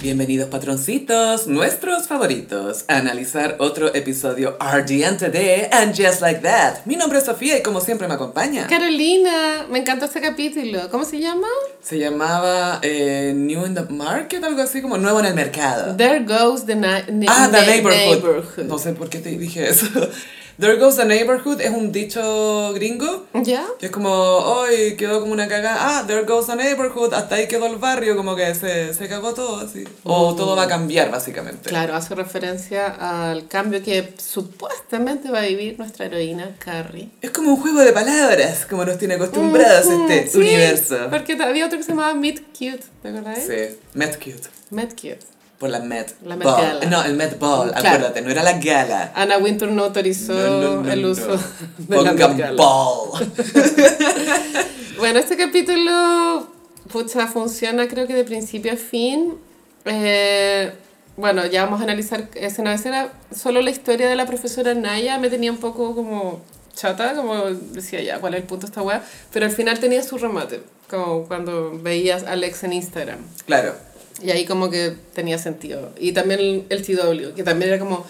Bienvenidos patroncitos, nuestros favoritos, a analizar otro episodio ardiente de And Just Like That. Mi nombre es Sofía y como siempre me acompaña. Carolina, me encantó este capítulo. ¿Cómo se llama? Se llamaba eh, New in the Market, algo así como Nuevo en el Mercado. There goes the, na- ne- ah, The ne- neighborhood. neighborhood. No sé por qué te dije eso. There Goes the Neighborhood es un dicho gringo. ¿Ya? Que es como, hoy quedó como una cagada, ah, there goes the neighborhood, hasta ahí quedó el barrio, como que se, se cagó todo así. O todo va a cambiar, básicamente. Mm. Claro, hace referencia al cambio que supuestamente va a vivir nuestra heroína Carrie. Es como un juego de palabras, como nos tiene acostumbrados este Mm, Sí, universo. Porque había otro que se llamaba Meet Cute, ¿te acordás? Sí, Met Cute, Met Cute. por la Met, La Met Ball. Gala. No, el Met Ball, Claro. acuérdate, no era la gala. Ana Winter no autorizó No, no, no, el no. uso de la Met Pongan Gala. Ball. Bueno, este capítulo, pucha, funciona creo que de principio a fin. Eh, bueno, ya vamos a analizar escena a escena. Solo la historia de la profesora Naya me tenía un poco como chata, como decía ya, ¿cuál es el punto de esta weá? Pero al final tenía su remate, como cuando veías a Alex en Instagram. Claro, Y ahí como que tenía sentido. Y también el, el TW, que también era como...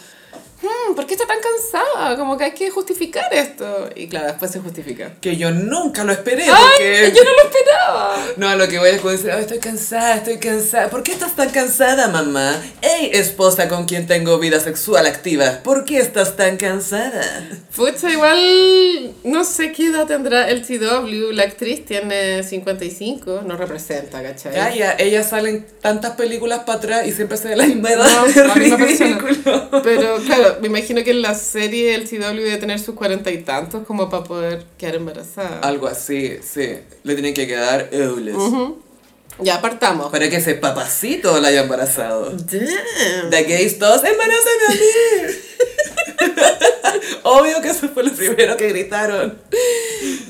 "Hmm, ¿Por qué está tan cansada? Como que hay que justificar esto. Y claro, después se justifica. que yo nunca lo esperé, porque... ¡Ay! ¡Yo no lo esperaba! No, a lo que voy es como decir, "Ay, estoy cansada, estoy cansada. ¿Por qué estás tan cansada, mamá? Hey, esposa con quien tengo vida sexual activa, ¿por qué estás tan cansada? Pucha, igual no sé qué edad tendrá el TW. La actriz tiene 55, no representa, ¿cachai? Ya, ya, ellas salen tantas películas para atrás y siempre se ve la misma edad. No, es la misma persona. ridículo. Pero claro, me imagino que en la serie el TW debe tener sus cuarenta y tantos como para poder quedar embarazada. Algo así, sí. Le tienen que quedar eules. Ya apartamos. Para que ese papacito la haya embarazado. Damn. De gays todos, embarázame a mí. Obvio que eso fue lo primero que gritaron.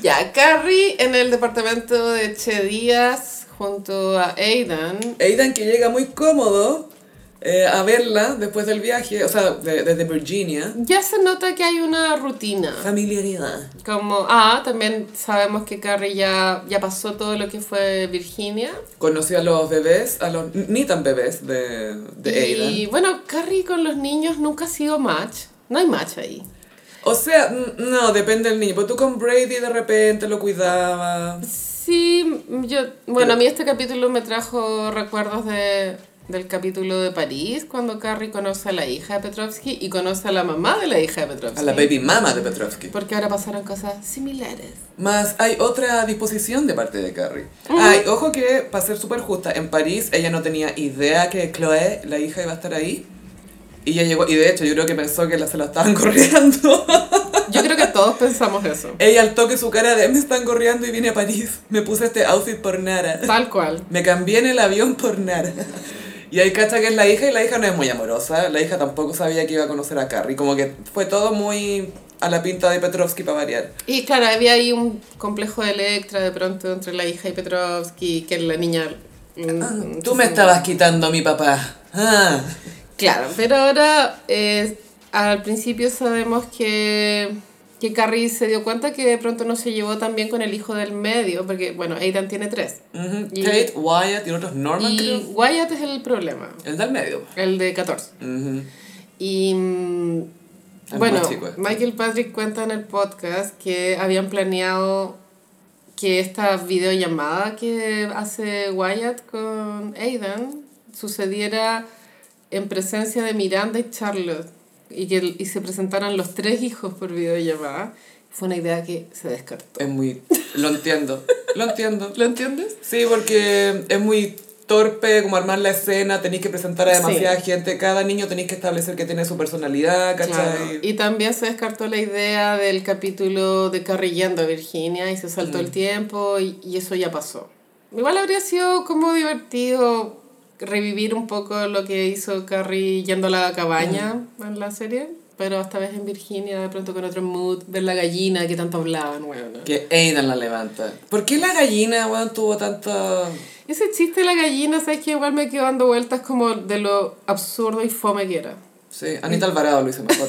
Ya, Carrie en el departamento de Che Díaz junto a Aidan. Aidan que llega muy cómodo eh, a verla después del viaje, o sea, de- desde Virginia. Ya se nota que hay una rutina. Familiaridad. Como, ah, también sabemos que Carrie ya, ya pasó todo lo que fue Virginia. Conoció a los bebés, a los ni tan bebés de, de Aidan. Y bueno, Carrie con los niños nunca ha sido match. No hay match ahí. O sea, n- no, depende del niño. Pero tú con Brady de repente lo cuidabas. Sí, yo. Bueno, a mí este capítulo me trajo recuerdos de, del capítulo de París, cuando Carrie conoce a la hija de Petrovsky y conoce a la mamá de la hija de Petrovsky. A la baby mama de Petrovsky. Porque ahora pasaron cosas similares. Más hay otra disposición de parte de Carrie. Ay, ojo que, para ser súper justa, en París ella no tenía idea que Chloe, la hija, iba a estar ahí. Y ya llegó, y de hecho yo creo que pensó que la, se la estaban corriendo. Yo creo que todos pensamos eso. ella al toque su cara de me están corriendo y vine a París. Me puse este outfit por Nara. Tal cual. Me cambié en el avión por Nara. Y ahí cacha que es la hija y la hija no es muy amorosa. La hija tampoco sabía que iba a conocer a Carrie. Como que fue todo muy a la pinta de Petrovsky para variar. Y claro, había ahí un complejo de Electra de pronto entre la hija y Petrovsky, que la niña. mm, Tú me estabas quitando a mi papá. Ah. Claro, pero ahora eh, al principio sabemos que, que Carrie se dio cuenta que de pronto no se llevó tan bien con el hijo del medio, porque bueno, Aidan tiene tres. Ujú. Y- Kate, Wyatt y otros Norman, creo. Y Wyatt es el problema, El del medio. el de 14. Ujú. Y mm, El bueno, más chico este. Michael Patrick cuenta en el podcast que habían planeado que esta videollamada que hace Wyatt con Aidan sucediera en presencia de Miranda y Charlotte y que y se presentaran los tres hijos por videollamada. Fue una idea que se descartó. Es muy... Lo entiendo. Lo entiendo. ¿Lo entiendes? Sí, porque es muy torpe como armar la escena, tenéis que presentar a demasiada gente, cada niño tenéis que establecer que tiene su personalidad, ¿cachai? Claro. Y también se descartó la idea del capítulo de Carrie yendo a Virginia y se saltó el tiempo y, y eso ya pasó. Igual habría sido como divertido revivir un poco lo que hizo Carrie yendo a la cabaña en la serie, pero esta vez en Virginia, de pronto con otro mood, ver la gallina que tanto hablaban, bueno. Que Aidan la levanta. ¿Por qué la gallina, weón, tuvo tanta... Ese chiste de la gallina, ¿sabes que Igual me quedo dando vueltas como de lo absurdo y fome que era. Sí, Anita Alvarado lo hizo mejor.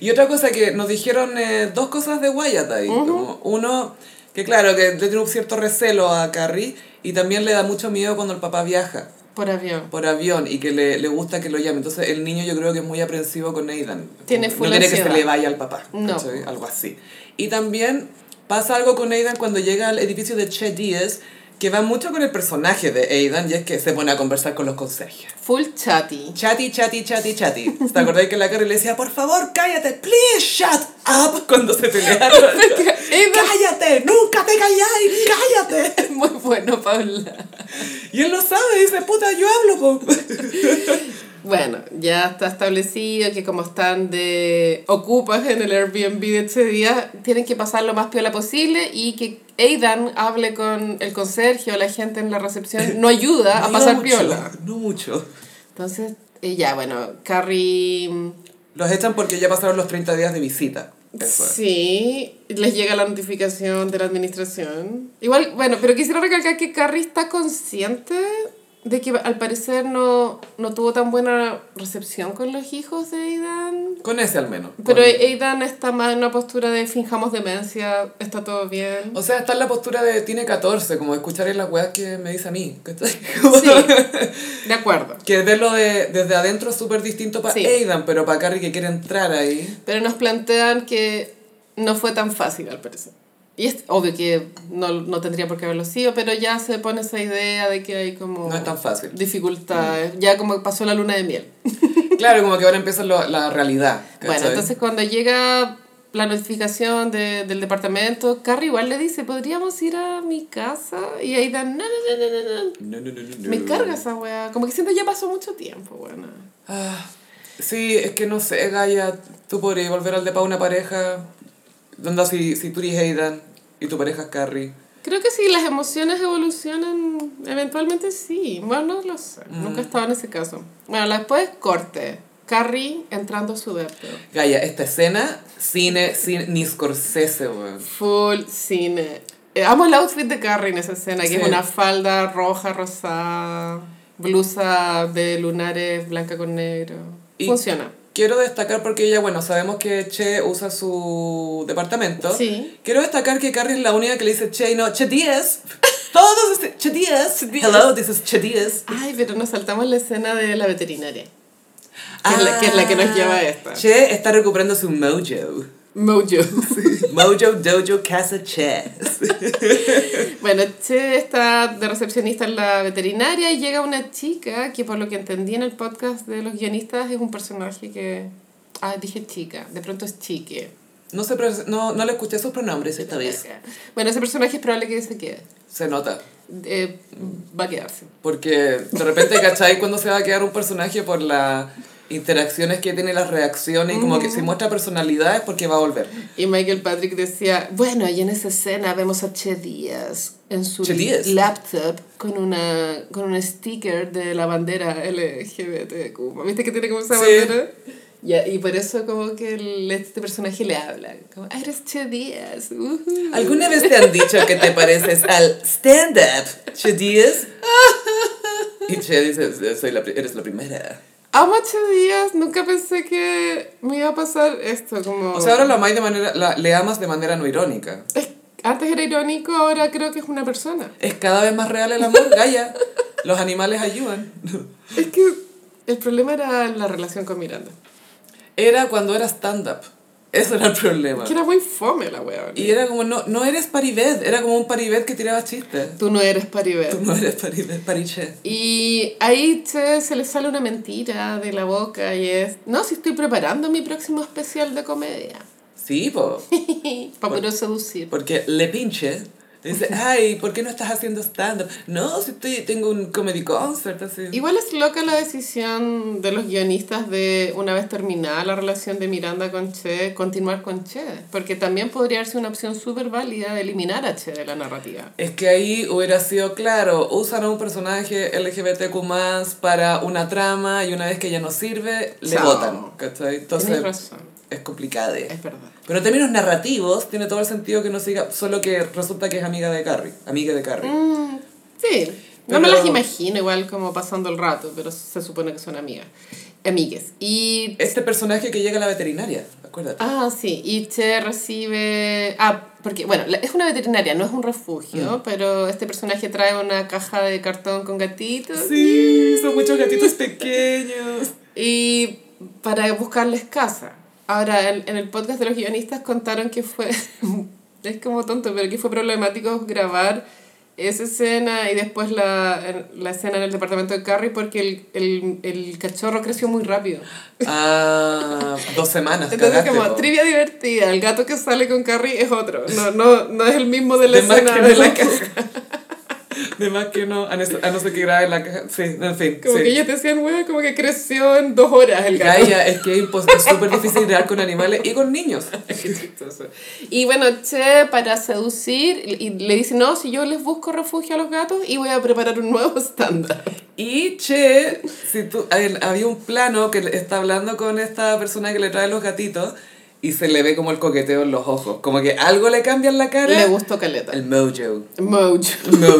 y otra cosa que nos dijeron eh, dos cosas de Wyatt ahí. como uno, que claro, que le tiene un cierto recelo a Carrie y también le da mucho miedo cuando el papá viaja. Por avión. por avión y que le, le gusta que lo llame. Entonces el niño yo creo que es muy aprensivo con Aidan. Tiene no full quiere que se ansiedad. le vaya al papá. No. ¿cachai? Algo así. Y también pasa algo con Aidan cuando llega al edificio de Che Díaz que va mucho con el personaje de Aidan y es que se pone a conversar con los conserjes. Full chatty. Chatty, chatty, chatty, chatty. ¿Te acordáis que la Carrie le decía, por favor, cállate, please shut up cuando se pelearon? Aidan ¡Cállate! ¡Nunca te calláis! ¡Cállate! es muy bueno para hablar. Y él lo sabe, dice, puta, yo hablo, po. Bueno, ya está establecido que como están de ocupas en el Airbnb de este día, tienen que pasar lo más piola posible y que Aidan hable con el conserje o la gente en la recepción no ayuda a No pasar mucho, piola. No mucho. Entonces, eh, ya, bueno, Carrie... mm, Los echan porque ya pasaron los 30 días de visita. Eso es. Sí, les llega la notificación de la administración. Igual, bueno, pero quisiera recalcar que Carrie está consciente de que al parecer no, no tuvo tan buena recepción con los hijos de Aidan. Con ese al menos. Pero Con- Aidan está más en una postura de fingamos demencia, está todo bien. O sea, está en la postura de tiene 14, como escuchar en las weas que me dice a mí. ¿cachai? Como- Sí, de acuerdo. Que verlo de, desde adentro es súper distinto para Sí. Aidan, pero para Carrie que quiere entrar ahí. Pero nos plantean que no fue tan fácil al parecer. Y es obvio que no, no tendría por qué haberlo sido, pero ya se pone esa idea de que hay como... No es tan fácil. Mm. dificultades, ya como pasó la luna de miel. Claro, como que ahora empieza lo- la realidad. ¿cachai? Bueno, entonces cuando llega la notificación de- del departamento, Carrie igual le dice, ¿podríamos ir a mi casa? Y ahí dan, no, no, no, no, no, no. No, no, no, no, no. Me carga esa weá. Como que siento ya pasó mucho tiempo, buena. Ah, sí, es que no sé, Gaia, tú podrías volver al de para una pareja. Donde si, si tú eres Aidan y tu pareja es Carrie. Creo que si las emociones evolucionan, eventualmente sí. Bueno, no lo sé. Mm. Nunca he estado en ese caso. Bueno, la después corte. Carrie entrando a su depto. Gaia, esta escena, cine, cine ni Scorsese, weón. Full cine. Eh, amo el outfit de Carrie en esa escena, que Sí. es una falda roja, rosada, blusa de lunares blanca con negro. Y- Funciona. Quiero destacar porque ella, bueno, sabemos que Che usa su departamento. Sí. Quiero destacar que Carrie es la única que le dice Che y no, Che Díaz. Todos dicen Che Díaz. Hello, this is Che Díaz. Ay, pero nos saltamos la escena de la veterinaria. Que es la- que es la que nos lleva a esta. Che está recuperando su mojo. Mojo. Mojo Dojo Casa Che. Bueno, Che está de recepcionista en la veterinaria y llega una chica que por lo que entendí en el podcast de los guionistas es un personaje que... Ah, dije chica, de pronto es chique. No, se pre- no, no le escuché sus pronombres esta vez. Bueno, ese personaje es probable que se quede. Se nota. Eh, va a quedarse. Porque de repente, ¿cachai? Cuando se va a quedar un personaje por las interacciones que tiene, las reacciones, y como que si muestra personalidad es porque va a volver. Y Michael Patrick decía, bueno, y en esa escena vemos a Che Díaz en su Che Díaz. laptop con una con un sticker de la bandera LGBTQ. ¿Viste que tiene como esa Sí. bandera? Y, y por eso como que el- este personaje le habla, como, "Ah, eres Che Díaz. ujú". ¿Alguna vez te han dicho que te pareces al stand-up, Che Díaz? Y Che dice, Soy la pri- eres la primera. Amo a Che Díaz, nunca pensé que me iba a pasar esto, como... O sea, ahora lo amáis de manera, la- le amas de manera no irónica. Es- antes era irónico, ahora creo que es una persona. Es cada vez más real el amor, Gaia. Los animales ayudan. Es que el problema era la relación con Miranda. Era cuando era stand-up. Ese era el problema. Que era muy fome la weón. Y era como, no, no eres Paribet, era como un Paribet que tiraba chistes. Tú no eres Paribet. Tú no eres Paribet, Pariche. Y ahí che, se le sale una mentira de la boca y es, no, si estoy preparando mi próximo especial de comedia. Sí, po, Para poder seducir. porque le pinche. Dice, ay, ¿por qué no estás haciendo stand-up? No, si estoy, tengo un comedy concert, así. Igual es loca la decisión de los guionistas de, una vez terminada la relación de Miranda con Che, continuar con Che. Porque también podría ser una opción súper válida de eliminar a Che de la narrativa. Es que ahí hubiera sido claro, usan a un personaje LGBTQ+, para una trama, y una vez que ya no sirve, le Chao. votan, ¿cachai? Tienes Entonces, eh. razón, es complicado. es verdad. Pero en términos narrativos, tiene todo el sentido que no siga, solo que resulta que es amiga de Carrie, amiga de Carrie. Mm, sí. No me Pero- las imagino igual como pasando el rato, pero se supone que son amigas. Amigues. Y Este personaje que llega a la veterinaria. acuérdate. Ah, sí, y Che recibe... Ah, porque, bueno, la- es una veterinaria, no es un refugio, pero este personaje trae una caja de cartón con gatitos. Sí, son muchos gatitos pequeños. Y para buscarles casa. Ahora, en, en el podcast de los guionistas contaron que fue, es como tonto, pero que fue problemático grabar esa escena y después la, en- la escena en el departamento de Carrie porque el, el, el cachorro creció muy rápido. Ah, dos semanas, Entonces, cagaste, como po. trivia divertida, el gato que sale con Carrie es otro, no, no, no es el mismo de la De más escena que de la no. caja. De más que no, a no ser, a no ser que grabe la caja. Sí, en fin. Como sí. que ellos decían, "Weón, como que creció en dos horas el gato. Gaia, es que es impos- es súper difícil grabar con animales y con niños. Qué chistoso. Y bueno, Che, para seducir, y le dice, no, si yo les busco refugio a los gatos y voy a preparar un nuevo estándar. Y Che, si tú, hay- había un plano que le- está hablando con esta persona que le trae los gatitos y se le ve como el coqueteo en los ojos. Como que algo le cambia en la cara. Le gustó Caleta. El mojo. Mojo. Mojo.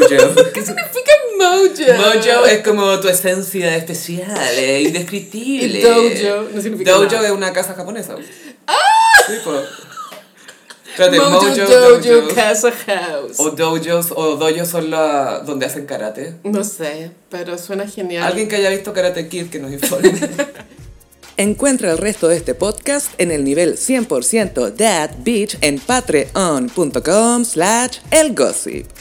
¿Qué significa mojo? Mojo es como tu esencia especial, eh, indescriptible. Y dojo no significa Dojo nada. es una casa japonesa. Sí, po. Espérate, Mojo, Ah. mojo, dojo, dojo. casa, house. O dojos, o dojos son la, donde hacen karate. No sé, pero suena genial. Alguien que haya visto Karate Kid que nos informe. Encuentra el resto de este podcast en el nivel 100% That Beach en patreon.com slash elgossip.